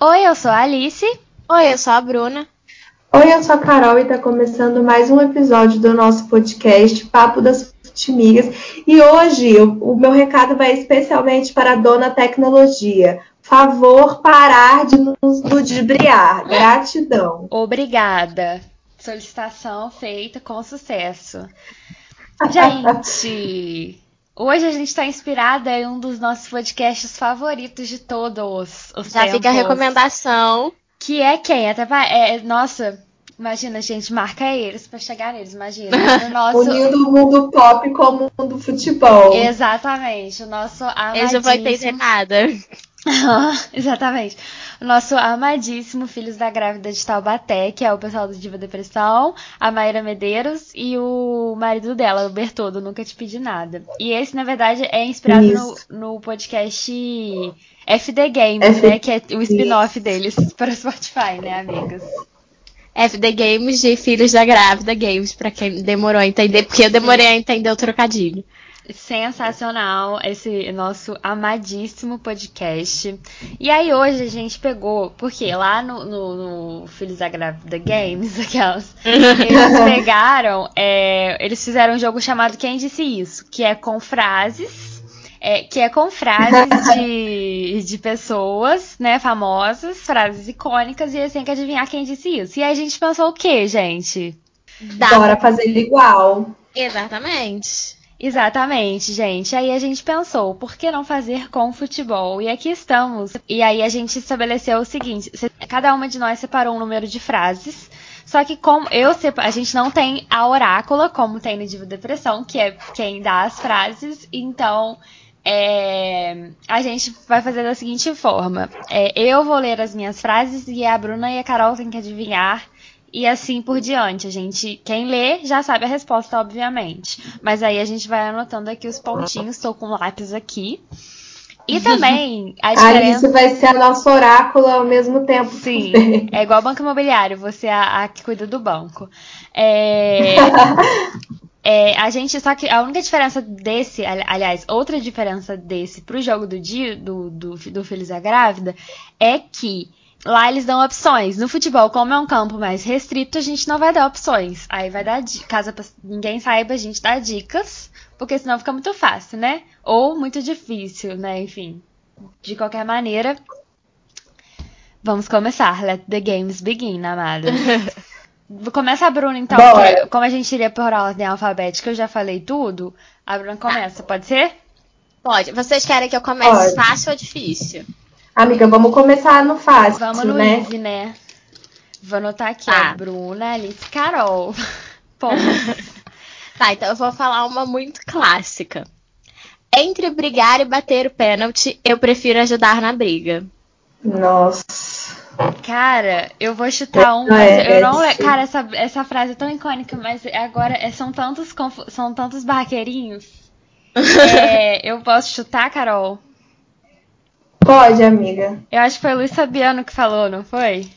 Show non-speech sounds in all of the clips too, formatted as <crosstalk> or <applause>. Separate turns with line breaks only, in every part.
Oi, eu sou a Alice.
Oi, eu sou a Bruna.
Oi, eu sou a Carol e está começando mais um episódio do nosso podcast Papo das Futimigas. E hoje o, o meu recado vai especialmente para a dona tecnologia. Favor parar de nos ludibriar. Gratidão.
Obrigada. Solicitação feita com sucesso. Gente, hoje a gente está inspirada em um dos nossos podcasts favoritos de todos os
Já
tempos.
fica a recomendação.
Que é quem? Até pa- é, nossa, imagina, a gente marca eles pra chegar neles, <laughs> imagina. O nosso,
Unindo o mundo pop com o mundo futebol.
exatamente, o nosso
Eles não vão entender
amadíssimo.
nada.
<laughs> exatamente. O nosso amadíssimo Filhos da Grávida de Taubaté, que é o pessoal do Diva Depressão, a Maíra Medeiros e o marido dela, o Bertoldo, Nunca Te Pedi Nada. E esse, na verdade, é inspirado no,
Isso.
no podcast FD Games,
F-
né? Que é o spin-off deles <laughs> para Spotify, né, amigas?
FD Games de Filhos da Grávida Games, pra quem demorou a entender, porque eu demorei a entender o trocadilho.
Sensacional esse nosso amadíssimo podcast. E aí hoje a gente pegou, porque lá no, no, no Filhos da Grávida Games, <laughs> aquelas, eles pegaram, é, eles fizeram um jogo chamado Quem Disse Isso, que é com frases, é, que é com frases de, de pessoas, né, famosas, frases icônicas, e eles têm que adivinhar quem disse isso. E aí a gente pensou o quê, gente?
Dá.
Bora fazer ele igual.
Tá, Exatamente.
Exatamente, gente. Aí a gente pensou, por que não fazer com futebol? E aqui estamos. E aí a gente estabeleceu o seguinte: se- cada uma de nós separou um número de frases. Só que como eu sepa- a gente não tem a orácula, como tem no Divo Depressão, que é quem dá as frases. Então, é, a gente vai fazer da seguinte forma: É, eu vou ler as minhas frases e a Bruna e a Carol têm que adivinhar. E assim por diante, a gente, quem lê já sabe a resposta, obviamente. Mas aí a gente vai anotando aqui os pontinhos, estou com um lápis aqui. E também a
A
diferença.
Alice vai ser a nossa orácula ao mesmo tempo.
Sim,
também.
é igual banco imobiliário, você é a, a que cuida do banco. É, é, a gente, só que a única diferença desse, ali- aliás, outra diferença desse pro jogo do dia, do, do, do Feliz da Grávida, é que lá eles dão opções. No futebol, como é um campo mais restrito, a gente não vai dar opções. Aí vai dar, di- caso a pe- ninguém saiba, a gente dá dicas, porque senão fica muito fácil, né? Ou muito difícil, né? Enfim, de qualquer maneira, Vamos começar. Let the games begin, amada. começa a Bruna, então.
Bora.
que- como a gente iria por ordem alfabética, eu já falei tudo. A Bruna começa, pode ser?
Pode. Vocês querem que eu comece
Pode.
fácil ou difícil?
Amiga, vamos começar no fácil,
Vamos no
né?
easy, né? Vou anotar aqui,
Tá.
ó. Bruna, Alice, Carol. <laughs> Pô,
Tá, então eu vou falar uma muito clássica. Entre brigar e bater o pênalti, eu prefiro ajudar na briga.
Nossa.
cara, eu vou chutar um,
Não
mas
é
eu não le-
esse.
Cara, essa, essa frase é tão icônica, mas agora é- são tantos, confu- são tantos
<laughs>
barqueirinhos. É, eu posso chutar, Carol?
Pode, amiga.
Eu acho que foi o Luiz Sabiano que falou, não foi?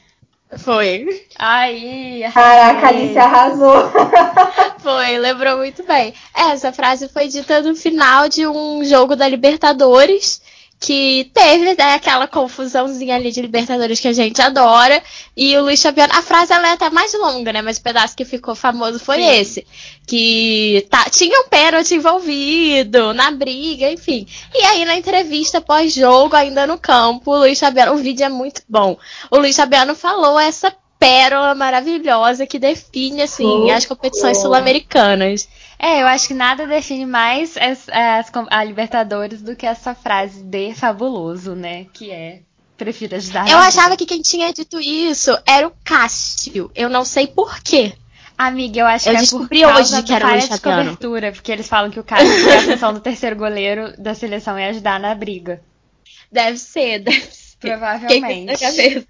Foi.
Ai, É.
Caraca, a Alice arrasou.
<laughs> Foi, lembrou muito bem. É, Essa frase foi dita no final de um jogo da Libertadores, que teve né, aquela confusãozinha ali de Libertadores que a gente adora. E o Luiz Fabiano, a frase ela é até mais longa, né? Mas o pedaço que ficou famoso foi
Sim.
esse. Que tá, tinha um pênalti envolvido na briga, enfim. E aí na entrevista pós-jogo, ainda no campo, o Luiz Fabiano, o vídeo é muito bom. O Luiz Fabiano falou essa pérola maravilhosa que define assim
Uhum.
as competições sul-americanas.
É, eu acho que nada define mais as- as com- a Libertadores do que essa frase de fabuloso, né? Que é prefiro ajudar.
Eu
na
achava que quem tinha dito isso era o Cássio. Eu não sei por quê.
vida. Amiga, eu acho
Eu
que é por
descobri
causa
hoje que
da
era o
falha
Luiz
de
Fabiano.
cobertura, porque eles falam que o cara que é a função do terceiro goleiro da seleção é ajudar na briga.
Deve ser, deve ser. Fiquei com isso na
Provavelmente.
cabeça.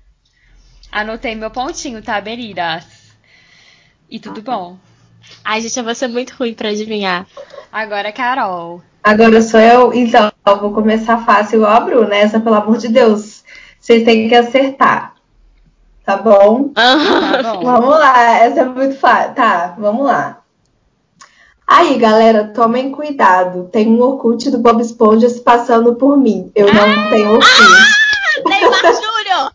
Anotei meu pontinho, tá, Beridas? E tudo
Ah.
bom.
Ai, gente, eu vou ser muito ruim pra adivinhar.
Agora, é Carol.
Agora sou eu. Então, eu vou começar fácil igual a Bruna. Essa, pelo amor de Deus. Vocês têm que acertar. Tá bom?
Tá
<laughs>
bom.
Vamos lá, essa é muito fácil. Tá, vamos lá. Aí, galera, tomem cuidado. Tem um Orkut do Bob Esponja se passando por mim. Eu não tenho Orkut.
Neymar Júnior!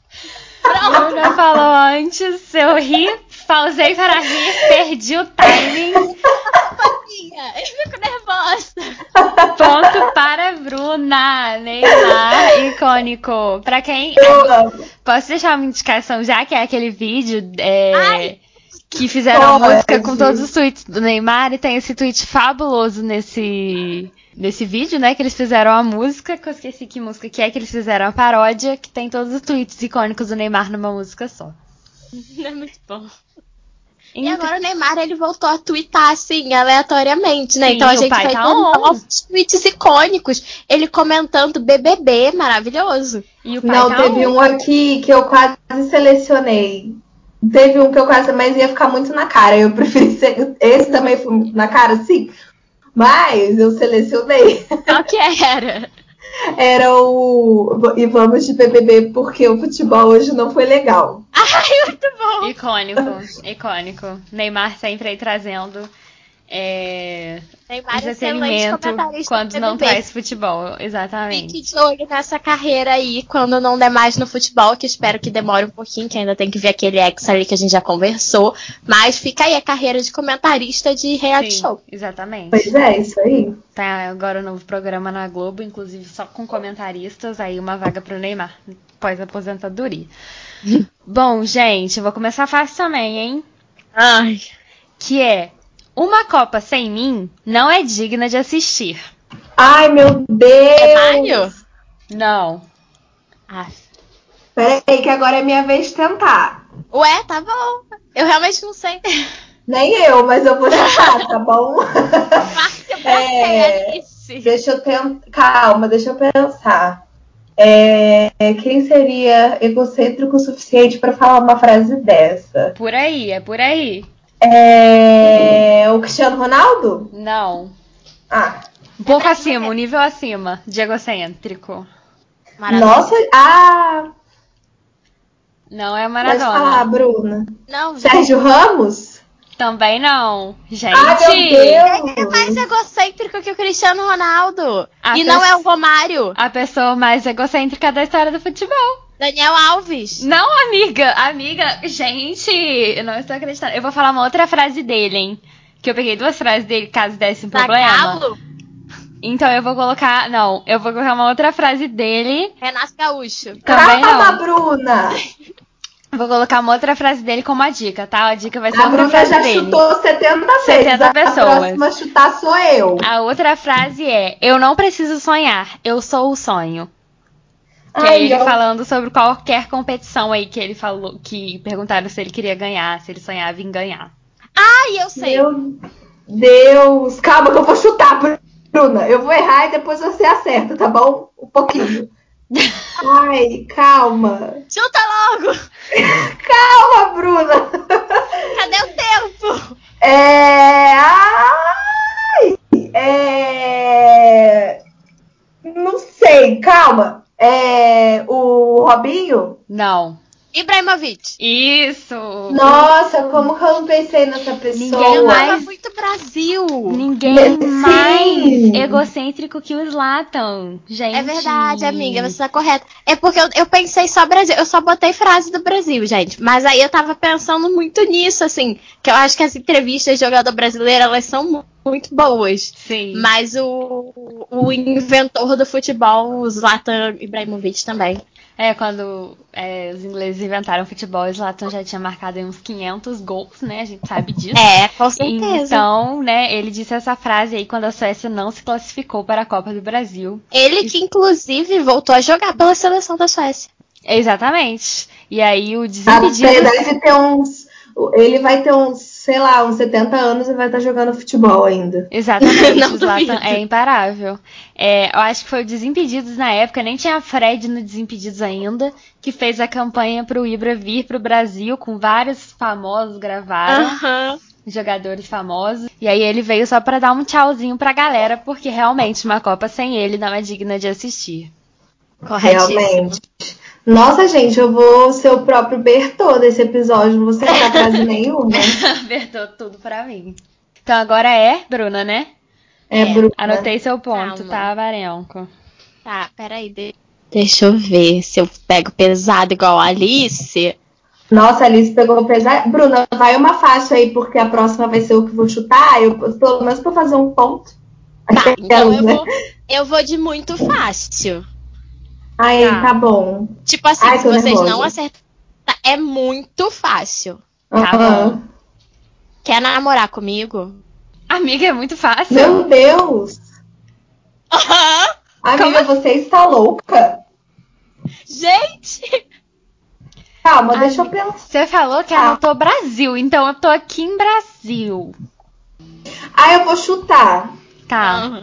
falou antes, eu ri, pausei para rir, perdi o timing.
Eu fico nervosa.
Ponto para Bruna, Neymar, icônico. Pra quem.
Eu amo.
Posso deixar uma indicação já, que é aquele vídeo é, que fizeram a
Pode.
música com todos os tweets do Neymar e tem esse tweet fabuloso nesse. Nesse vídeo, né, que eles fizeram a música, que eu esqueci que música que é, que eles fizeram a paródia, que tem todos os tweets icônicos do Neymar numa música só.
É muito bom. E
Então-
agora o Neymar, ele voltou a twittar, assim, aleatoriamente, né?
Sim,
então a
o
gente
pai
vai
tá
ter
on.
novos tweets icônicos. Ele comentando BBB, maravilhoso.
e o pai
Não,
tá
teve
on.
um aqui que eu quase selecionei. Teve um que eu quase, mas ia ficar muito na cara. Eu <laughs> preferi ser. Esse também foi muito na cara, sim. Mas eu selecionei. <laughs>
Qual que era?
Era o. E vamos de BBB porque o futebol hoje não foi legal.
Icônico, icônico. Neymar sempre aí trazendo é,
Neymar, excelente
entretenimento
comentarista
quando
do
não
BBB.
faz futebol. Exatamente.
Fique de olho nessa carreira aí, quando não der mais no futebol, que espero que demore um pouquinho, que ainda tem que ver aquele ex ali que a gente já conversou. Mas fica aí a carreira de comentarista de reality
Sim,
é show.
exatamente.
Pois é, isso aí.
Tá agora o novo programa na Globo, inclusive só com comentaristas, aí uma vaga pro Neymar, pós-aposentadoria. <laughs> Bom, gente, eu vou começar fácil também, hein?
Ai.
Que é uma Copa sem mim não é digna de assistir.
Ai, meu
É
Deus!
Mário?
Não.
Ah.
Peraí, que agora é minha vez de tentar.
Ué, tá bom. Eu realmente não sei. <laughs>
Nem eu, mas eu vou chutar, tá bom?
Marca pra
É.
Alice.
Deixa eu tentar. Calma, deixa eu pensar. É, quem seria egocêntrico o suficiente para falar uma frase dessa?
Por aí, é por aí.
É, o Cristiano Ronaldo?
Não.
Ah,
Um pouco acima, um nível acima de egocêntrico.
Maradona.
nossa. Ah,
Não é
pode falar,
Maradona.
Bruna.
Não, gente.
Sérgio Ramos?
Também não. Gente.
Ai, meu
Mais
Deus!
egocêntrico que o Cristiano Ronaldo.
Ah,
e
tá-
não é o Romário.
A pessoa mais egocêntrica da história do futebol.
Daniel Alves.
Não, amiga. Amiga, gente, eu não estou acreditando. Eu vou falar uma outra frase dele, hein? Que eu peguei duas frases dele, caso desse
Tá
um problema.
Zagallo.
Então eu vou colocar. Não, eu vou colocar uma outra frase dele.
Renato Gaúcho.
Também
Calma,
não.
Bruna!
Vou colocar uma outra frase dele como a dica, tá? A dica vai ser
A
outra
Bruna
frase
já
dele.
chutou 70 vezes.
70
a
pessoas.
próxima a chutar sou eu.
A outra frase é: Eu não preciso sonhar, eu sou o sonho. Que é
Ai,
ele
eu-
falando sobre qualquer competição aí que ele falou, que perguntaram se ele queria ganhar, se ele sonhava em ganhar.
Ai, eu sei.
Meu Deus! Calma que eu vou chutar, Bruna. Eu vou errar e depois você acerta, tá bom?
<laughs>
Um pouquinho. Ai, calma.
Chuta logo.
Calma, Bruna.
Cadê o tempo?
É. Ai! É. Não sei, calma. É. O Robinho?
Não.
Ibrahimovic.
Isso!
Nossa, como que eu não pensei nessa pessoa?
Ninguém
Eu
mais.
amo muito Brasil.
Tipo, Ninguém
Sim.
mais egocêntrico que o Zlatan, gente.
É verdade, amiga, você tá correta. É porque eu, eu pensei só Brasil, eu só botei frase do Brasil, gente. Mas aí eu tava pensando muito nisso, assim, que eu acho que as entrevistas de jogador brasileiro, elas são mu- muito boas.
Sim.
Mas o, o inventor do futebol, o Zlatan Ibrahimovic também.
É, quando é, os ingleses inventaram o futebol, o Zlatan já tinha marcado aí uns 500 gols, né? A gente sabe disso.
É, com certeza.
Então, né, ele disse essa frase aí quando a Suécia não se classificou para a Copa do Brasil.
Ele que, inclusive, voltou a jogar pela seleção da Suécia.
Exatamente. E aí o
Ah,
desimpedido.
ele deve ter uns. Ele vai ter uns, sei lá, uns 70 anos e vai estar jogando futebol ainda.
<laughs> Exatamente,
Não
o Zlatan
duvido.
é imparável. É, eu acho que foi o Desimpedidos na época, nem tinha a Fred no Desimpedidos ainda, que fez a campanha pro Ibra vir pro Brasil, com vários famosos gravaram,
Aham.
jogadores famosos. E aí ele veio só pra dar um tchauzinho pra galera, porque realmente uma Copa sem ele não é digna de assistir.
Corretíssimo.
Realmente. Nossa, gente, eu vou ser o próprio Bertô desse episódio, não vou acertar frase nenhuma.
<laughs> Apertou tudo pra mim. Então agora é, Bruna, né?
É, Bruna.
Anotei seu ponto,
Calma.
tá, Varenco?
Tá, peraí. de- Deixa eu ver se eu pego pesado igual a Alice.
Nossa, Alice pegou pesado. Bruna, vai uma fácil aí, porque a próxima vai ser o que vou chutar. Eu, pelo menos pra fazer um ponto. né?
Tá, então eu vou, eu vou de muito fácil.
Aí, tá. bom.
Tipo assim,
Ai,
se
tô
vocês
nervosa.
não acertarem, é muito fácil.
Tá
Aham.
Quer namorar comigo? <laughs>
Amiga, é muito fácil.
Meu Deus! Amiga, você está louca?
Gente!
Calma,
Ai,
deixa eu pensar.
Você falou que
Tá.
anotou Brasil, então eu tô aqui em Brasil.
Ah, eu vou chutar. Ah,
Tá.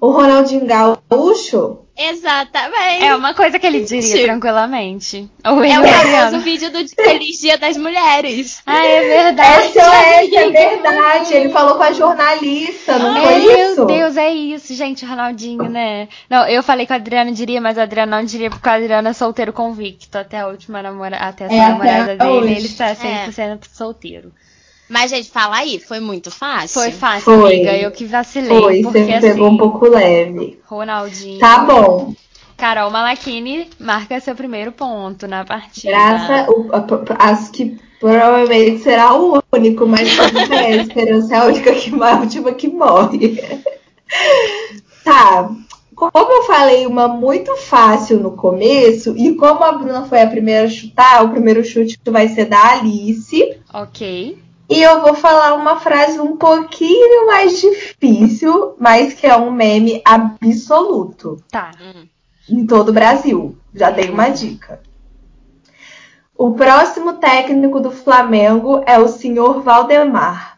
O Ronaldinho Gaúcho?
Exatamente.
É uma coisa que ele diria
Gente.
tranquilamente. Ou
É
ele
o famoso
olhando.
vídeo do Feliz Dia das Mulheres.
Ah, é verdade.
SOS, é verdade. Ele falou com a jornalista, não foi
É,
isso?
Meu Deus, é isso, gente, o Ronaldinho, né? Não, eu falei que o Adriano diria, mas o Adriano não diria, porque o Adriano é solteiro convicto. Até a última namora... até essa
É, até
namorada dele,
hoje. É.
ele tá está 100% solteiro.
Mas, gente, fala aí, foi muito fácil.
Foi fácil,
Foi.
amiga, eu que vacilei,
Foi,
porque
você
assim,
pegou um pouco leve.
Ronaldinho,
Tá bom.
Carol Malachini marca seu primeiro ponto na partida. tá.
Graça, o- a- a- acho que provavelmente será o único, mas tudo bem, a esperança é a única que morre, a última que morre. <laughs> Tá. Como eu falei uma muito fácil no começo, e como a Bruna foi a primeira a chutar, o primeiro chute vai ser da Alice.
Ok.
E eu vou falar uma frase um pouquinho mais difícil, mas que é um meme absoluto
Tá.
Hum.
em todo o Brasil. Já dei uma dica. O próximo técnico do Flamengo é o senhor Valdemar.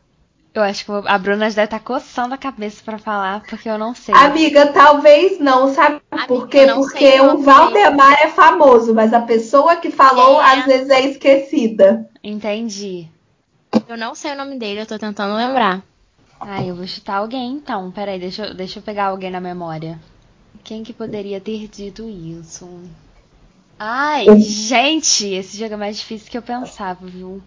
Eu acho que eu vou- a Bruna já deve estar coçando a cabeça pra falar, porque eu não sei.
Amiga, talvez não, sabe por
Amiga,
quê?
não
Porque
sei, não
o
sei.
Valdemar é famoso, mas a pessoa que falou
É.
às vezes é esquecida.
Entendi.
Eu não sei o nome dele, eu tô tentando lembrar.
Ah, eu vou chutar alguém então. Peraí, deixa eu, deixa eu pegar alguém na memória. Quem que poderia ter dito isso? Ai, gente, esse jogo é mais difícil que eu pensava, viu?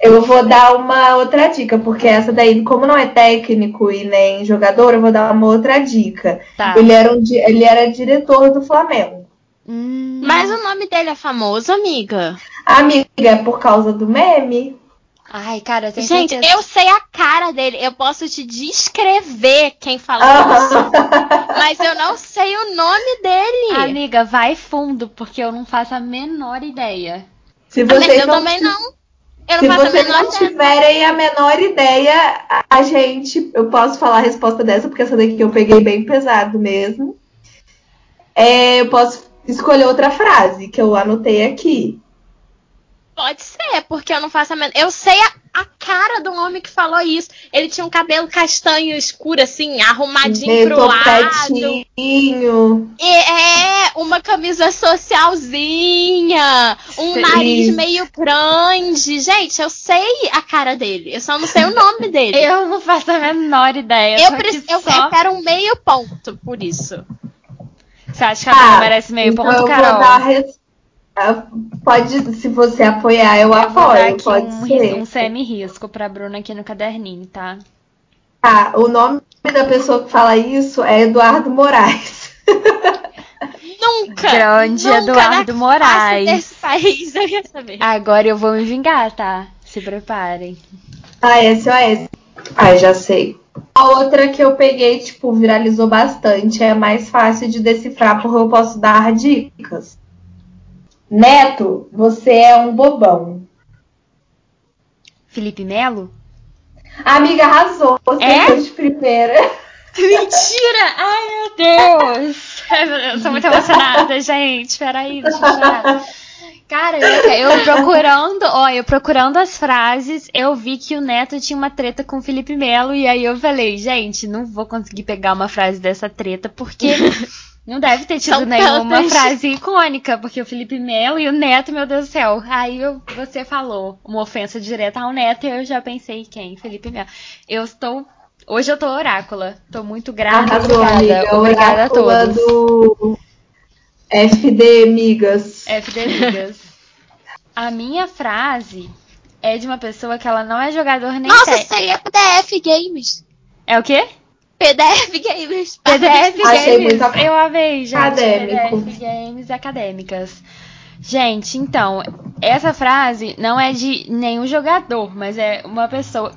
Eu vou dar uma outra dica, porque essa daí, como não é técnico e nem jogador, eu vou dar uma outra dica.
Tá.
Ele, era um di- ele era diretor do Flamengo.
Hum,
Mas o nome dele é famoso, amiga?
Amiga, é por causa do meme?
Ai, cara, eu tenho
Gente,
certeza.
eu sei a cara dele. Eu posso te descrever quem falou isso.
Aham.
Mas eu não sei o nome dele.
Ah,
Amiga, vai fundo, porque eu não faço a menor ideia.
<laughs> Se
Ah, mas
vocês
eu
não
também não. Eu
Se
não faço a
vocês
menor
não
ideia.
tiverem a menor ideia, a- a gente. Eu posso falar a resposta dessa, porque essa daqui eu peguei bem pesado mesmo. É, eu posso escolher outra frase que eu anotei aqui.
Pode ser, porque eu não faço a menor. Eu sei a, a cara do homem que falou isso. Ele tinha um cabelo castanho escuro, assim, arrumadinho pro lado.
topetinho.
E- é, uma camisa socialzinha. Um
Sim.
nariz meio grande. Gente, eu sei a cara dele. Eu só não sei o nome dele.
Eu não faço a menor ideia.
Eu,
tô aqui
preciso, eu,
só...
eu quero um meio ponto por isso.
Você acha que a Bruna
Tá,
merece meio
então
ponto,
eu
É, Carol?
vou dar a res... ah, Pode, se você apoiar,
Eu
eu,
vou dar
apoio.
aqui
Pode
um,
ser.
ris- um semi-risco pra Bruna aqui no caderninho, tá?
Tá, o nome da pessoa que fala isso é Eduardo Moraes. <laughs>
Nunca!
Grande
nunca
Eduardo
na face
Moraes. Ah,
Desse <laughs> país, eu ia saber.
Agora eu vou me vingar, tá? Se preparem.
Ah, SOS. Ah, já sei. A outra que eu peguei, tipo, viralizou bastante. É mais fácil de decifrar porque eu posso dar dicas. Neto, você é um bobão.
Felipe Melo?
Amiga, arrasou. Você
É?
foi de primeira.
<laughs> Mentira! Ai, meu <laughs> Deus! É, Eu sou muito emocionada, gente. Peraí, deixa eu chorar. Cara, eu, eu procurando, ó, eu procurando as frases, eu vi que o Neto tinha uma treta com o Felipe Melo, e aí eu falei, gente, não vou conseguir pegar uma frase dessa treta, porque não deve ter tido
São
nenhuma
tantas.
frase icônica, porque o Felipe Melo e o Neto, meu Deus do céu. Aí eu- você falou uma ofensa direta ao Neto, e eu já pensei quem? Felipe Melo. Eu estou. Hoje eu tô orácula. Tô muito grata.
Arrasou,
obrigada.
Tá amiga.
obrigada a
Orácula
todos.
do FD, amigas.
FD Ligas. a minha frase é de uma pessoa que ela não é jogador nem
Nossa,
técnico.
seria PDF Games.
É o quê?
PDF Games.
PDF
Achei
Games.
muito ac-
Eu amei, gente.
acadêmico.
PDF Games acadêmicas. Gente, então, Essa frase não é de nenhum jogador, mas é uma pessoa.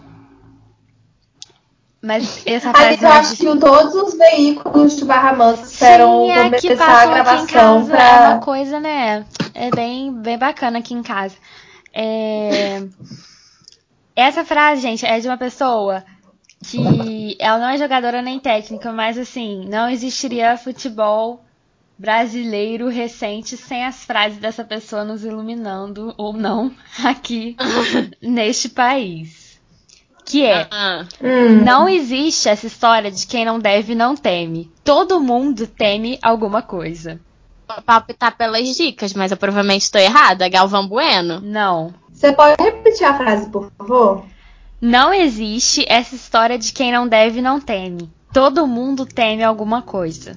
Mas essa frase
Aliás, eu
não é
acho
de...
que todos os veículos de Barra Mansa esperam
Sim, é que
começar a
passou aqui em
gravação
casa. É uma
pra.
coisa, né? É bem, bem bacana aqui em casa. É, Essa frase, gente, é de uma pessoa que ela não é jogadora nem técnica, mas assim, não existiria futebol brasileiro recente sem as frases dessa pessoa nos iluminando ou não <laughs> aqui neste país. Que é.
Ah,
Hum.
Não existe essa história de quem não deve não teme. Todo mundo teme alguma coisa.
vou palpitar pelas dicas, mas eu provavelmente estou errada. Galvão Bueno.
Não.
Você pode repetir a frase, por favor?
Não existe essa história de quem não deve não teme. Todo mundo teme alguma coisa.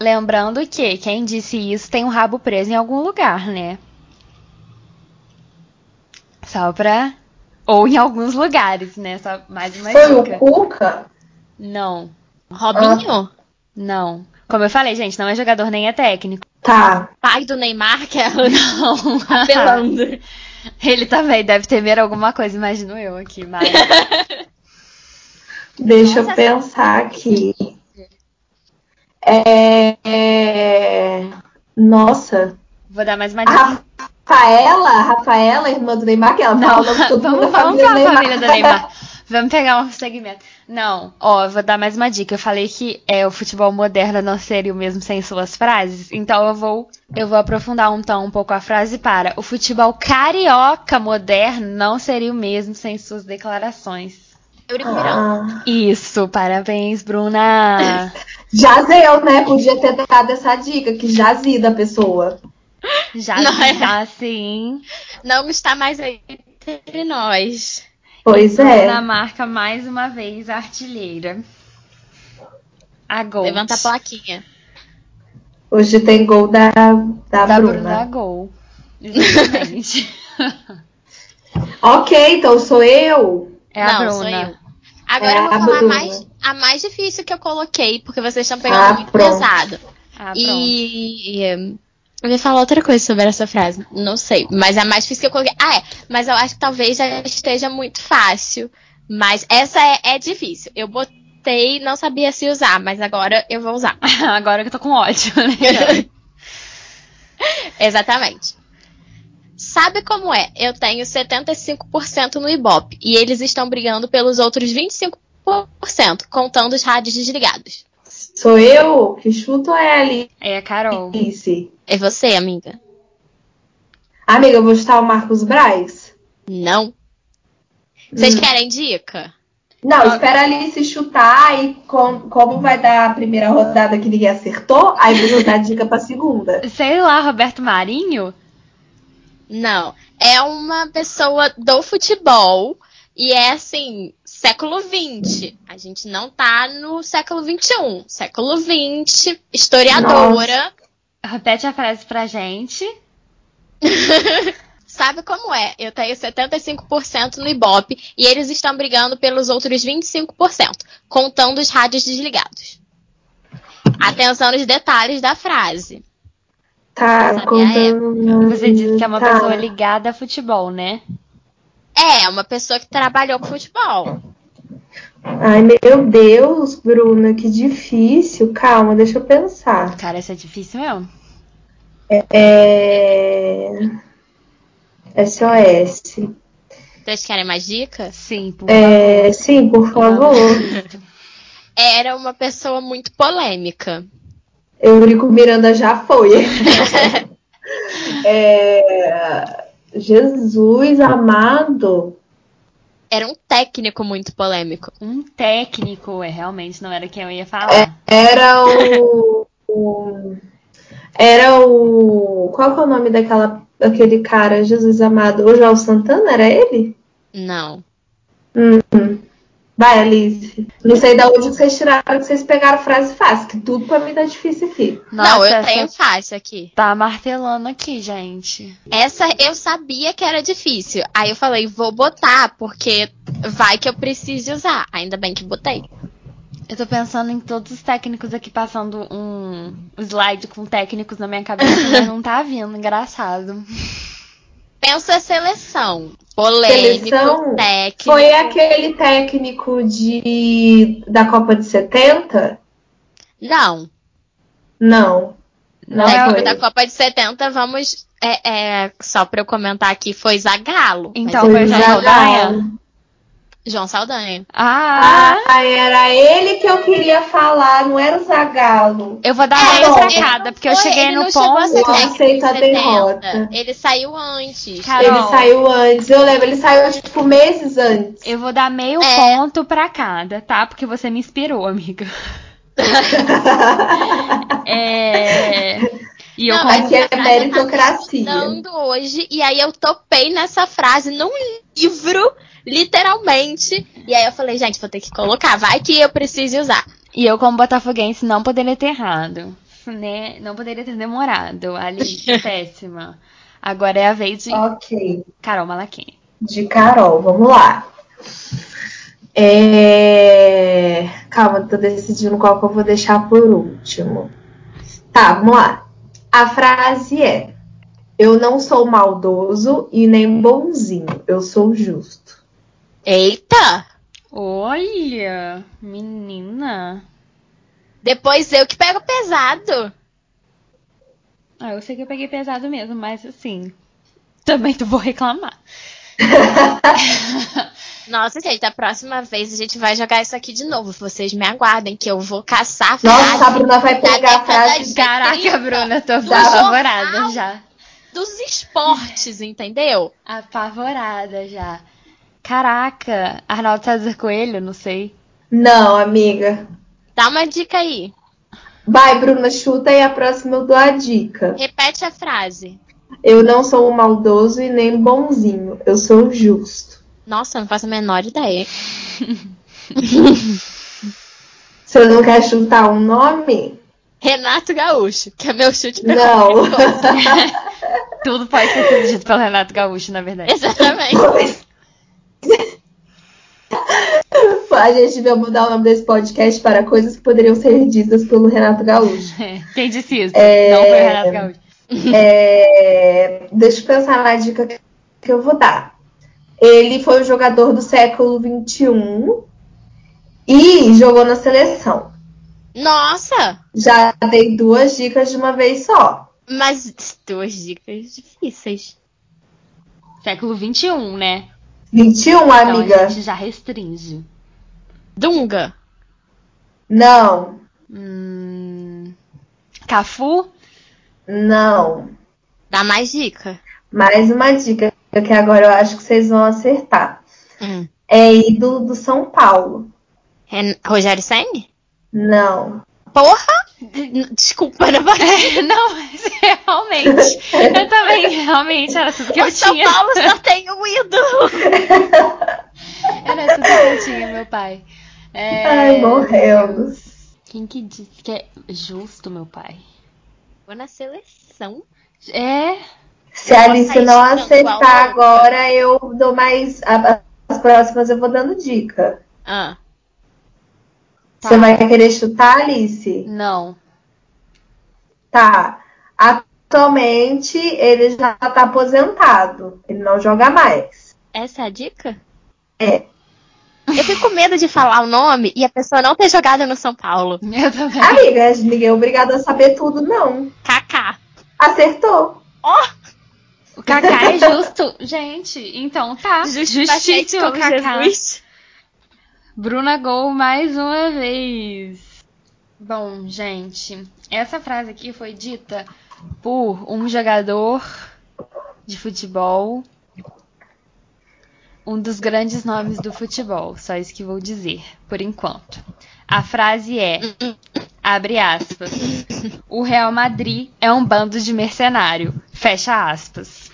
Lembrando que quem disse isso tem um rabo preso em algum lugar, né? Só pra. Ou em alguns lugares, né? Só mais uma
Foi o
dica.
Cuca?
Não,
Robinho?
Ah. não. Como eu falei, gente, não é jogador nem é técnico. <laughs>
Tá.
Pai do Neymar, que é
Não.
apelando.
Ele também deve temer alguma coisa, imagino eu aqui, mas.
Deixa
Nossa,
eu pensar aqui. É, é, Nossa.
Vou dar mais uma
A
dica.
Rafaela, a Rafaela, irmã do Neymar, que ela
Não,
fala o nome de todo
<laughs>
mundo
vamos,
da
vamos falar a
Neymar.
família do Neymar. Vamos pegar um segmento. Não, ó, eu vou dar mais uma dica. Eu falei que é, o futebol moderno não seria o mesmo sem suas frases, então eu vou eu vou aprofundar um tom um pouco a frase para o futebol carioca moderno não seria o mesmo sem suas declarações.
Eurico Miranda.
Ah,
Isso, parabéns, Bruna. <laughs>
Jazeu, né? Podia ter dado essa dica, que jazi da pessoa.
Já
Não é?
já sim.
Não está mais aí entre nós.
Pois
Na
é.
marca mais uma vez a artilheira. A Gol.
Levanta a plaquinha.
Hoje tem gol da, da,
da Bruna,
Bruna.
Gol. Exatamente.
<laughs>
Ok, então sou eu.
É a
Não, sou eu.
Bruna.
Agora
É
eu vou
a
falar
Bruna.
mais, a mais difícil que eu coloquei, porque vocês estão pegando
Ah,
muito
pronto.
pesado.
Ah, pronto.
E e, eu ia falar outra coisa sobre essa frase. Não sei. Mas a mais difícil que eu coloquei. Ah, é. Mas eu acho que talvez já esteja muito fácil. Mas essa é, é difícil. Eu botei, não sabia se usar, mas agora eu vou usar.
<laughs> Agora que eu tô com ódio,
<laughs>
né?
Exatamente. Sabe como é? Eu tenho 75% no Ibope e eles estão brigando pelos outros 25%, contando os rádios desligados.
Sou eu que chuto a Alice.
É a Carol.
É você, amiga?
Amiga, eu vou chutar o Marcos Braz?
Não. Vocês
Hum.
querem dica?
Ah.
Não, espera a Alice chutar e com- como vai dar a primeira rodada que ninguém acertou, aí vou dar dica pra segunda.
Sei lá, Roberto Marinho?
Não. É uma pessoa do futebol e é assim, século XX. A gente não tá no século XXI. Século XX, historiadora.
Repete a frase pra gente.
Sabe como é? Eu tenho 75% no Ibope e eles estão brigando pelos outros 25%, contando os rádios desligados. Atenção nos detalhes da frase.
Tá
Sabe a
contando.
Ah, é. Você disse que é uma
tá.
pessoa ligada a futebol, né?
É, uma pessoa que trabalhou com futebol.
Ai, meu Deus, Bruna, que difícil. Calma, deixa eu pensar.
Cara, isso é difícil mesmo.
É. SOS.
Vocês querem mais dicas?
Sim, por
É, sim, por favor.
Era uma pessoa muito polêmica.
Eurico Miranda já foi. É, Jesus amado.
Era um técnico muito polêmico.
<laughs> Um técnico, é realmente não era quem eu ia
É.
falar.
Era o. o- era o. Qual que é o nome daquela, daquele cara, Jesus amado? O João Santana, era ele?
Não.
Vai, Alice. Não sei da onde que vocês tiraram que vocês pegaram a frase fácil, que tudo pra mim tá difícil aqui.
não, eu
essa
tenho fácil aqui.
Tá martelando aqui, gente.
Essa eu sabia que era difícil. Aí eu falei, vou botar, porque vai que eu precise usar. Ainda bem que botei.
Eu tô pensando em todos os técnicos aqui passando um slide com técnicos na minha cabeça, mas não tá vindo, engraçado.
Pensa a seleção. Polêmico,
Seleção
técnico.
Foi aquele técnico de da Copa de 70?
Não.
Não. Não é
técnico
foi.
da Copa de 70, vamos. É, é, só pra eu comentar aqui, foi Zagalo.
Então,
Foi
foi
o
João
Zagallo.
Saldanha.
é João Saldanha.
Ah,
Ah, era ele que eu queria falar, não era o Zagalo.
eu vou dar
Ah,
uma
bom.
enfracada, porque eu
Foi,
cheguei
É, ele
no
não chegou a ser
ponto.
Não
técnico
aceita a
de 70.
derrota.
Ele saiu antes.
Cara,
Ele
Carol.
saiu antes, eu lembro, ele saiu tipo meses antes.
Eu vou dar meio
É.
ponto pra cada, tá? Porque você me inspirou, amiga.
<laughs>
é... E eu
Não,
concordo.
Aqui é
essa frase eu tava
meritocracia.
estudando hoje, e aí eu topei nessa frase num livro, literalmente. E aí eu falei, gente, vou ter que colocar, vai que eu preciso usar.
E eu, como botafoguense, não poderia ter errado. Né? Não poderia ter demorado. Ali,
<laughs>
péssima. Agora é a vez de
Ok.
Carol Malaquini.
De Carol, vamos lá. É, Calma, tô decidindo qual que eu vou deixar por último. Tá, vamos lá. A frase é: Eu não sou maldoso e nem bonzinho, eu sou justo.
Eita!
Olha, menina.
Depois eu que pego pesado.
Ah, eu sei que eu peguei pesado mesmo, mas assim, também não vou reclamar.
Nossa, gente, da próxima vez a gente vai jogar isso aqui de novo. Vocês me aguardem, que eu vou caçar a frase
Nossa, a Bruna vai pegar a
década
frase.
de-
Caraca, Bruna, tô
Do
apavorada
jornal.
já.
dos esportes, entendeu?
Apavorada já. Caraca, Arnaldo César Coelho, não sei.
Não, amiga.
Dá uma dica aí.
Vai, Bruna, chuta e a próxima eu dou a dica.
Repete a frase.
Eu não sou um maldoso e nem bonzinho, eu sou justo.
Nossa, eu não faço a menor ideia.
Você não quer chutar um nome?
Renato Gaúcho, que é meu chute pra
Não.
Tudo pode ser sido dito pelo Renato Gaúcho, na verdade.
<laughs> Exatamente.
Pois. <laughs> A gente veio mudar o nome desse podcast para coisas que poderiam ser ditas pelo Renato Gaúcho.
É, <laughs> Quem disse isso? Não foi o Renato Gaúcho.
É, <laughs> deixa eu pensar na dica que eu vou dar. Ele foi um jogador do século XXI e jogou na seleção.
Nossa!
Já dei duas dicas de uma vez só.
Mas duas dicas difíceis.
Século XXI, né?
21,
Então a
amiga?
gente já restringe.
Dunga.
Não,
Hum... Cafu?
não.
Dá mais dica.
Mais uma dica que agora eu acho que vocês vão acertar.
Hum.
É ídolo do São Paulo.
Ren- Rogério Senni?
Não.
Porra! N- Desculpa, não vai.
<laughs> Não, mas realmente. <laughs> Eu também, realmente, era tudo que
O
eu
São
tinha.
Paulo só tem um ídolo.
Era tudo que eu tinha, meu pai. É,
<laughs> Ai, morremos.
Quem que disse que é justo, meu pai?
Vou na seleção.
É.
Se a Alice
Tá
não
estudando
acertar
a outra.
agora, eu dou mais. a- a- As próximas eu vou dando dica.
Ah.
Tá.
Você vai querer chutar, Alice?
Não.
Tá. Atualmente ele já tá aposentado. Ele não joga mais.
Essa é a dica?
É.
Eu fico com medo de falar o nome e a pessoa não ter jogado no São Paulo.
Eu também.
Amiga, ninguém é obrigado a saber tudo, não.
Kaká.
Acertou.
O Kaká é justo. Gente, então tá. Justíssimo
Pacheco,
Kaká.
Jesus.
Bruna Gol mais uma vez. Bom, gente, essa frase aqui foi dita por um jogador de futebol, um dos grandes nomes do futebol, só isso que vou dizer, por enquanto. A frase é, abre aspas, o Real Madrid é um bando de mercenário, fecha aspas.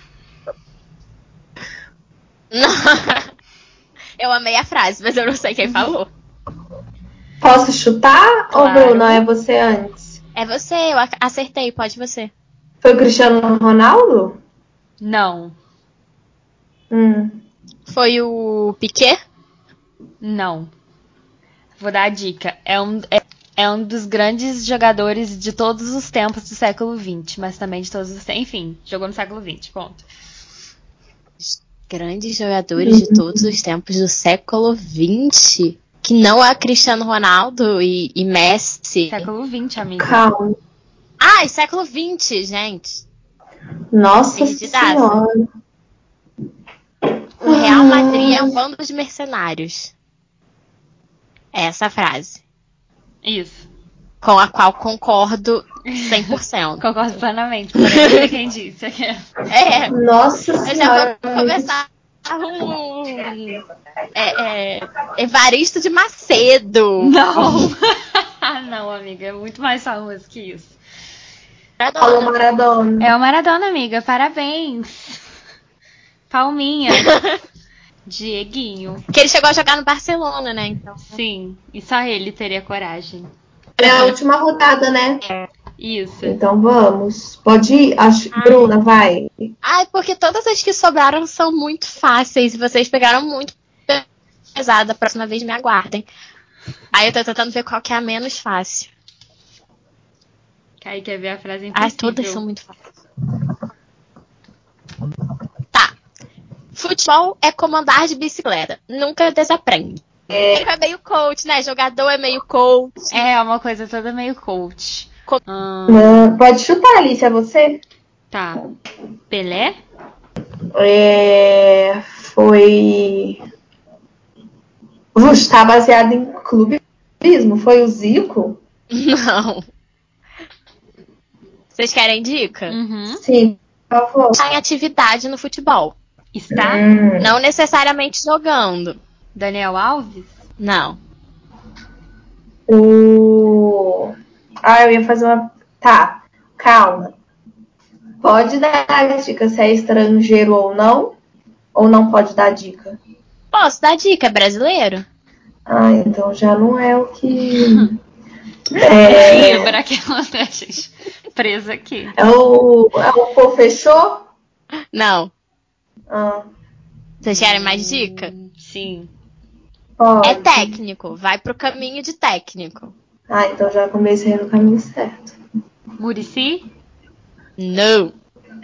Não. <laughs> Eu amei a frase, mas eu não sei quem falou.
Posso chutar? Ou,
Claro.
Bruno, é você antes?
É você, eu ac- acertei, pode você.
Foi o Cristiano Ronaldo?
Não,
Hum.
Foi o Piquet?
Não. Vou dar a dica. É um, é, é um dos grandes jogadores de todos os tempos do século XX, mas também de todos os. Enfim, jogou no século XX, ponto.
grandes jogadores de todos os tempos do século XX, que não é Cristiano Ronaldo e, e Messi.
Século XX,
<laughs>
amiga.
Calma.
Ah, é século XX, gente.
Nossa
Perdidaça.
Senhora.
O Real Madrid é um bando de mercenários. É essa a frase.
Isso.
Com a qual concordo
<laughs>
100%.
Concordo plenamente. Parece quem disse.
<laughs> é,
Nossa
eu já
Senhora.
vou começar um. É, é, Evaristo de Macedo.
Não! <laughs> Não, amiga, é muito mais famoso que isso.
Paulo Maradona.
É o Maradona, amiga, parabéns!
<laughs>
Palminha! Dieguinho.
Que ele chegou a jogar no Barcelona, né? Então.
Sim, e só ele teria coragem.
É a última rodada, né?
É.
Isso.
Então vamos. Pode ir? Acho... Bruna, vai.
Ah, é porque todas as que sobraram são muito fáceis e vocês pegaram muito pesada. A próxima vez me aguardem. Aí eu tô tentando ver qual que é a menos fácil.
Kaique quer ver a frase impossível.
Ah, todas são muito fáceis. Tá. Futebol é comandar de bicicleta. Nunca desaprende. É, meio coach, né? Jogador é meio coach.
É, uma coisa toda meio coach.
Co-
Ah,
Ah, pode chutar, Alice, é você?
tá. Pelé?
É, foi. Está baseado em clubismo. Foi o Zico?
<laughs> Não. Vocês querem dica?
Uhum.
Sim, por favor.
Está em atividade no futebol.
Está?
Hum.
Não necessariamente jogando.
Daniel Alves?
Não.
O... Ah, eu ia fazer uma. Tá, calma. Pode dar a dica se é estrangeiro ou não? Ou não pode dar dica?
Posso dar dica? É brasileiro?
Ah, então já não é o
<laughs>
que. É,
Lembra aquela <laughs> né, gente? Presa aqui.
é o. É o Pô Fechou?
Não.
Ah,
Vocês querem mais dica?
Sim.
pode.
É técnico. Vai pro caminho de técnico.
Ah, então já comecei no caminho certo.
Murici? <laughs>
Não.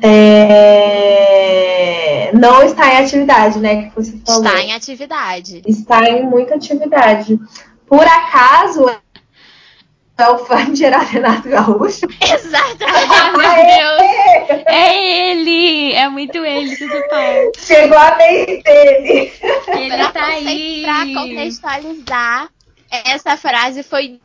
É, Não está em atividade, né? Que você falou.
Está em atividade. <laughs>
está em muita atividade. Por acaso, é o fã de Renato Gaúcho? <laughs>
Exatamente.
Ah, Meu Deus! É ele! É muito ele, tudo bom.
Chegou a vez dele.
Ele tá aí.
Pra contextualizar, essa frase foi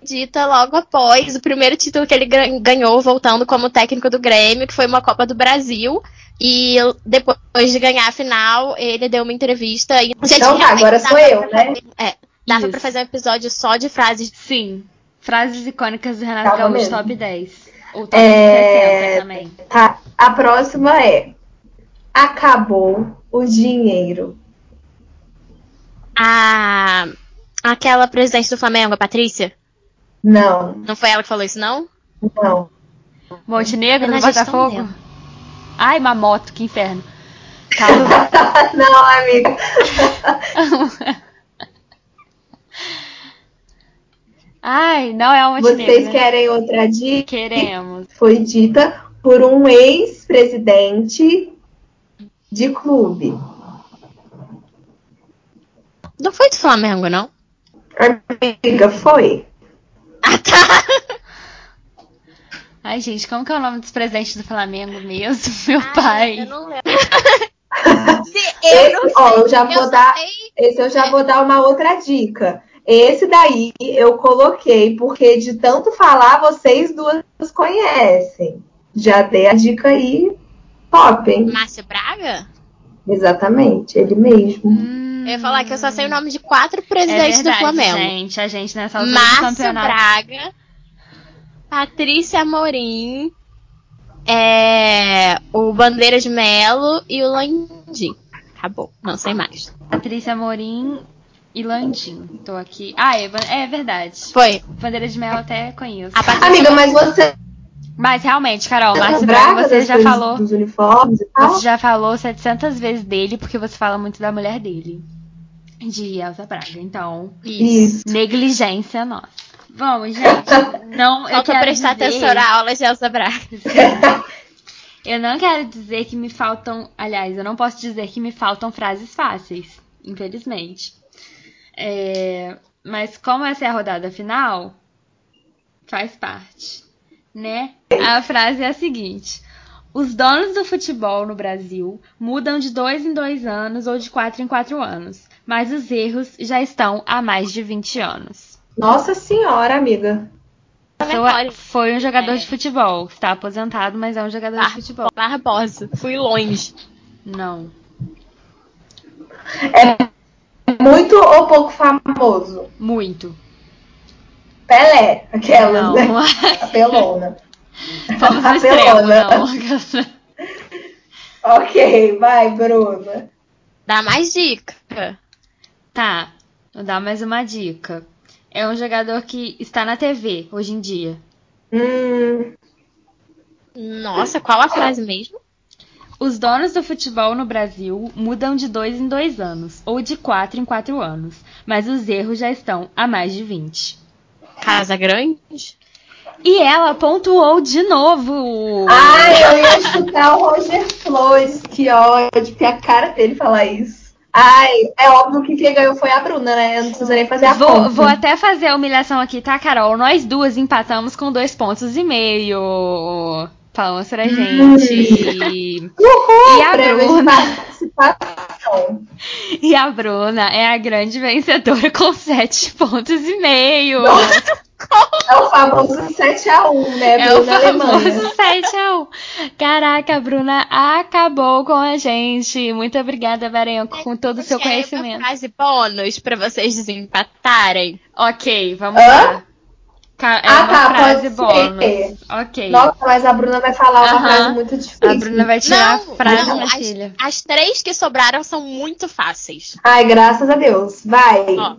dita logo após o primeiro título que ele gan- ganhou voltando como técnico do Grêmio, que foi uma Copa do Brasil. E depois de ganhar a final, ele deu uma entrevista. E, gente,
Então tá,
realmente
agora
dá
sou
pra
eu, né?
fazer- é, dava
Isso.
pra fazer um episódio só de frases.
Sim. Frases icônicas do Renato
Calma
Gaúcho,
mesmo.
top 10. Ou top
É,
60 também.
Tá, a próxima é. Acabou o dinheiro.
A... Aquela presidente do Flamengo, a Patrícia,
Não,
não foi ela que falou isso, não?
não. <laughs>
Montenegro,
É na
do
gestão
Botafogo?
dela.
Ai, Mamoto, que inferno. Calma.
não, amiga.
Ai, não é o Montenegro.
Vocês
né?
querem outra dica?
Queremos.
Foi dita por um ex-presidente de clube.
Não foi do Flamengo, não?
Amiga, foi.
Ah, tá. Ai, gente, como que é o nome dos presidentes do Flamengo mesmo? <laughs> Meu
<laughs> Ai,
pai.
Ah, Eu não lembro. <laughs> Se eu não
Esse- ó, eu já
eu
vou
só
dar-
sei-
Esse eu já vou dar uma outra dica. Esse daí eu coloquei porque de tanto falar vocês duas conhecem. Já dei a dica aí. Top, hein?
Márcio Braga?
Exatamente, ele mesmo.
Hum,
Eu ia falar que eu só sei o nome de quatro
é
presidentes do
verdade,
Flamengo.
Gente, a gente nessa altura do
Márcio
campeonato.
Braga, Patrícia Amorim, é, o Bandeira de Melo e o Landim. Acabou, não sei mais.
Patrícia Morim e Landim. Tô aqui. Ah, é, é verdade.
Foi.
Bandeira de Mel até conheço.
A Patrícia
Amiga, mas você
Mas realmente, Carol, Márcio
lembra
Braga, você
das
já
coisas
falou.
dos uniformes e tal?
Você já falou 700 vezes dele, porque você fala muito da mulher dele. De Elsa Braga. Então,
Isso.
Isso.
negligência nossa. Vamos, gente. Não, eu
Falta
quero
prestar
dizer...
atenção na aula de Elsa Braga.
Eu não quero dizer que me faltam. Aliás, eu não posso dizer que me faltam frases fáceis, infelizmente. É, mas como essa é a rodada final, faz parte, né? A frase é a seguinte: Os donos do futebol no Brasil mudam de dois em dois anos ou de quatro em quatro anos, mas os erros já estão há mais de 20 anos.
Nossa senhora, amiga.
é
Pessoa foi um jogador de futebol, está aposentado, mas é um jogador
Tá.
de futebol.
Barbosa. Fui longe.
Não. É
Muito ou pouco famoso?
Muito.
Pelé, aquelas,
Não.
né?
<laughs>
Apelona. <laughs>
Vamos no extremo, não.
Ok, vai, Bruna.
Dá mais dica.
<laughs> Tá, vou dar mais uma dica. É um jogador que está na TV hoje em dia.
Hum,
Nossa, qual a frase mesmo?
Os donos do futebol no Brasil mudam de dois em dois anos, ou de quatro em quatro anos, mas os erros já estão há mais de 20.
Casa Grande?
E ela pontuou de novo!
Ai, eu ia chutar o Roger Flores, que ódio, que a cara dele falar isso. Ai, é óbvio que quem ganhou foi a Bruna, né? Eu não preciso nem fazer a
Vou,
conta.
vou até fazer a humilhação aqui, tá, Carol? Nós duas empatamos com dois pontos e meio. Palmas pra gente.
Hum. Uhul,
E a
prêmio
Bruna?
de participação.
e a Bruna é a grande vencedora com sete pontos e meio.
É o famoso 7x1, né,
É
Bruna
o
Alemanha?
famoso 7 a 1. Caraca, a Bruna acabou com a gente. Muito obrigada, Varenco, com todo o seu
Querem é uma
conhecimento.
frase bônus pra vocês desempatarem.
Ok, vamos
Hã?
lá. Ca- É
Ah,
uma
tá,
frase
pode
bônus. Ok.
Nossa, mas a Bruna vai falar uma
Aham.
frase muito difícil.
A Bruna vai tirar
Não,
a frase,
não,
minha
as-
filha.
As três que sobraram são muito fáceis.
Ai, graças a Deus. Vai.
Ó,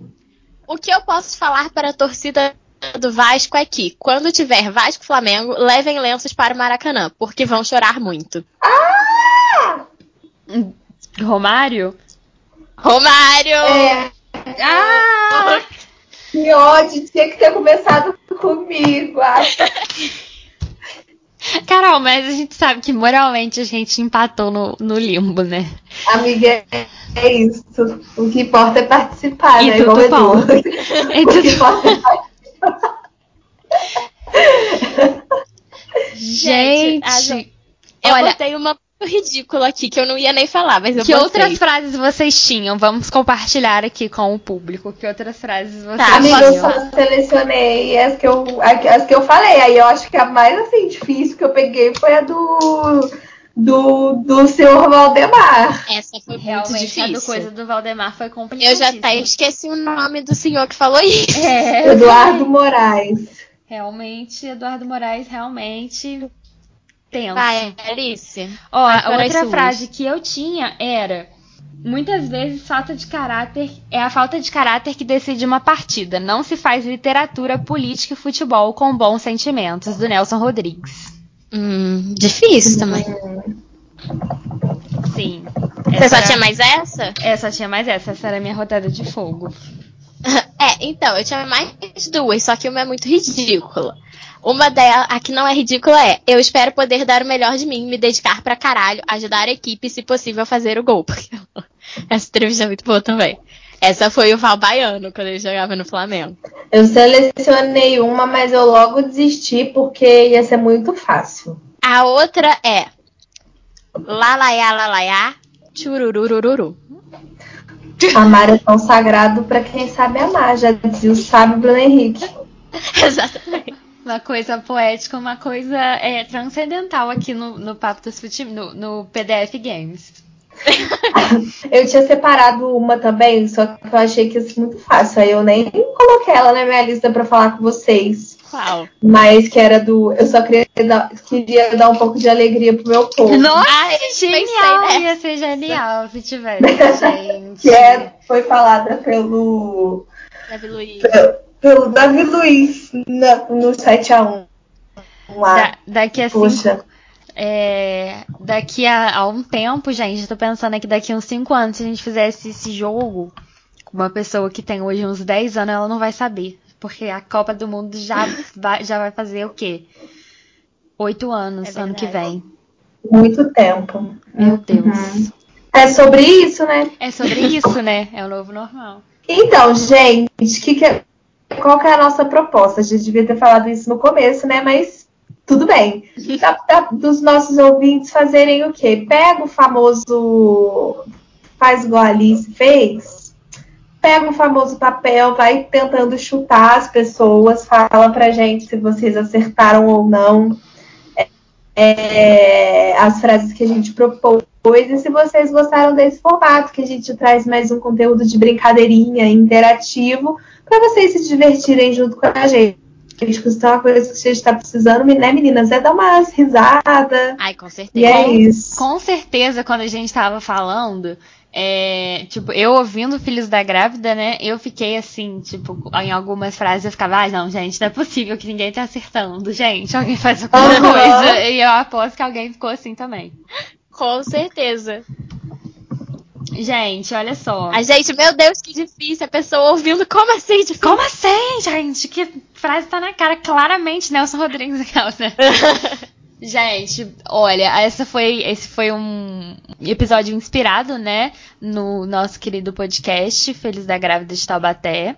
o que eu posso falar para a torcida do Vasco é que, quando tiver Vasco e Flamengo, levem lenços para o Maracanã, porque vão chorar muito.
Ah!
Romário?
Romário!
É,
Ah!
que ódio, tinha que ter começado comigo. Ah, Ai,
Carol, mas a gente sabe que moralmente a gente empatou no, no limbo, né?
Amiga, é isso. O que importa é participar,
E
né?
tudo
Igual o Edu.
<laughs> E
O que
tudo-
importa é participar.
Gente,
a gente- eu
olha-
botei uma ridícula aqui que eu não ia nem falar, mas eu
que
botei.
outras frases vocês tinham? Vamos compartilhar aqui com o público. Que outras frases vocês
Tá,
Amiga, eu
tinham?
só selecionei as que eu, as que eu falei. Aí eu acho que a mais assim, difícil que eu peguei foi a do, do, do senhor Valdemar.
Essa foi muito
Realmente, a
difícil.
do coisa do Valdemar foi complicada.
Eu já até esqueci o nome do senhor que falou isso.
<laughs> É,
Eduardo Moraes.
realmente, Eduardo Moraes, realmente... Tenso.
Vai, Ah, é, Alice.
Ó, a
para as
outra
suas.
frase que eu tinha era: muitas vezes falta de caráter é a falta de caráter que decide uma partida. Não se faz literatura, política e futebol com bons sentimentos, do Nelson Rodrigues.
Hum, difícil também.
Sim.
Você só
era-
tinha mais essa?
É, só tinha mais essa. Essa era a minha rodada de fogo.
<laughs> É, então, eu tinha mais duas, só que uma é muito ridícula. Uma delas, a que não é ridícula é: eu espero poder dar o melhor de mim, me dedicar pra caralho, ajudar a equipe e, se possível, fazer o gol. <laughs> Porque essa entrevista é muito boa também. Essa foi o Val Baiano, quando ele jogava no Flamengo.
Eu selecionei uma, mas eu logo desisti porque ia ser muito fácil.
A outra é: lalaiá, lalaiá, tchurururururu. <laughs>
Amar é tão sagrado pra quem sabe amar, já dizia o sábio Bruno Henrique.
Exatamente.
Uma coisa poética, uma coisa é, transcendental aqui no, no Papo dos Fute- no, no PDF Games.
Eu tinha separado uma também, só que eu achei que ia ser muito fácil. Aí eu nem coloquei ela na minha lista pra falar com vocês.
Qual?
Mas que era do. Eu só queria dar, queria dar um pouco de alegria pro meu povo.
Ah, eu pensei
Genial!
nessa.
Ia ser genial se tivesse, gente.
<laughs> Que é, foi falada pelo.
Davi Luiz.
pelo Davi Luiz na- no 7x1. Lá.
Da- daqui a cinco,
Poxa.
é, daqui a, a um tempo, gente, eu tô pensando que daqui a uns 5 anos, se a gente fizesse esse jogo com uma pessoa que tem hoje uns 10 anos, ela não vai saber. Porque a Copa do
<laughs>
Mundo já vai, já vai fazer o quê? Oito anos
É
ano que
verdade. Uhum.
vem.
muito tempo.
Meu Deus.
É sobre isso, né?
É sobre isso, né? É o novo normal.
Então, gente, que que é- qual que é a nossa proposta? A gente devia ter falado isso no começo, né? Mas tudo bem. Dá- dá dos nossos ouvintes fazerem o quê? Pega o famoso. Faz igual a Alice fez. Pega o famoso papel, vai tentando chutar as pessoas, fala pra gente se vocês acertaram ou não é, as frases que a gente propôs. E se vocês gostaram desse formato, que a gente traz mais um conteúdo de brincadeirinha, interativo, para vocês se divertirem junto com a gente. Gente, isso é uma coisa que a gente está precisando, né, meninas? É dar umas risadas.
Ai, com certeza.
E é isso.
Com certeza, quando a gente tava falando, é, tipo, eu ouvindo Filhos da Grávida, né? Eu fiquei assim, tipo, em algumas frases eu ficava, ah, não, gente, não é possível que ninguém tá acertando, gente. Alguém faz alguma
Aham.
coisa. E eu aposto que alguém ficou assim também.
Com certeza.
Gente, olha só.
A gente, meu Deus, que difícil. A pessoa ouvindo, como assim difícil?
Como assim, gente? Que frase tá na cara, claramente, Nelson Rodrigues <laughs> aquela, né? Gente, olha, essa foi, esse foi um episódio inspirado, né, no nosso querido podcast Feliz da Grávida de Taubaté.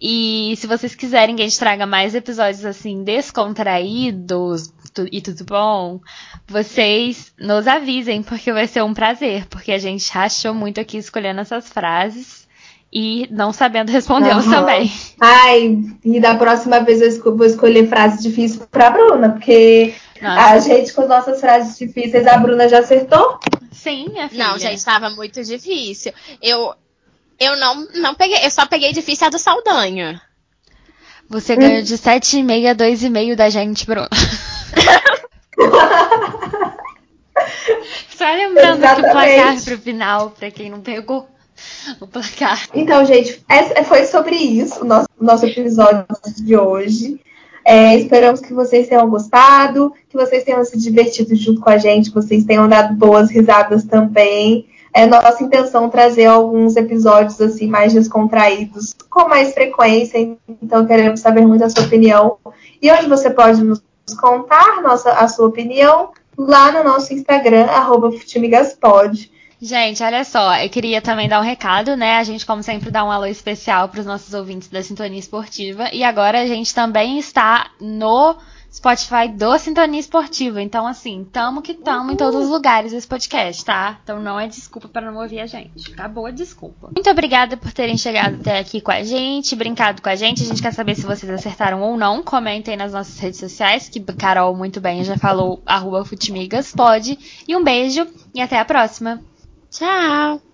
E se vocês quiserem que a gente traga mais episódios assim descontraídos tu- e tudo bom, vocês nos avisem porque vai ser um prazer, porque a gente rachou muito aqui escolhendo essas frases e não sabendo respondê-las
Aham.
também.
Ai, e da próxima vez eu esco- vou escolher frase difícil pra Bruna, porque
Nossa,
a gente, com as nossas frases difíceis, a Bruna já acertou.
sim, minha filha.
Não, gente, tava muito difícil. Eu, eu não, não peguei, eu só peguei difícil a do Saldanha.
Você ganhou de 7,5 a 2,5 da gente, <laughs> Bruno. Só lembrando que o placar
Exatamente.
pro final, pra quem não pegou o placar.
Então, gente, essa- foi sobre isso o nosso, o nosso episódio de hoje. É, esperamos que vocês tenham gostado, que vocês tenham se divertido junto com a gente, que vocês tenham dado boas risadas também. É nossa intenção trazer alguns episódios assim mais descontraídos com mais frequência, então queremos saber muito a sua opinião. E hoje você pode nos contar nossa, a sua opinião lá no nosso Instagram, arroba Futimigaspod.
Gente, olha só, eu queria também dar um recado, né? A gente, como sempre, dá um alô especial pros nossos ouvintes da Sintonia Esportiva. E agora a gente também está no Spotify do Sintonia Esportiva. Então, assim, tamo que tamo em todos os lugares esse podcast, tá? Então não é desculpa pra não ouvir a gente. Acabou a desculpa. Muito obrigada por terem chegado até aqui com a gente, brincado com a gente. A gente quer saber se vocês acertaram ou não. Comentem nas nossas redes sociais, que Carol muito bem já falou, arroba Futimigas, pode. E um beijo e até a próxima.
Tchau.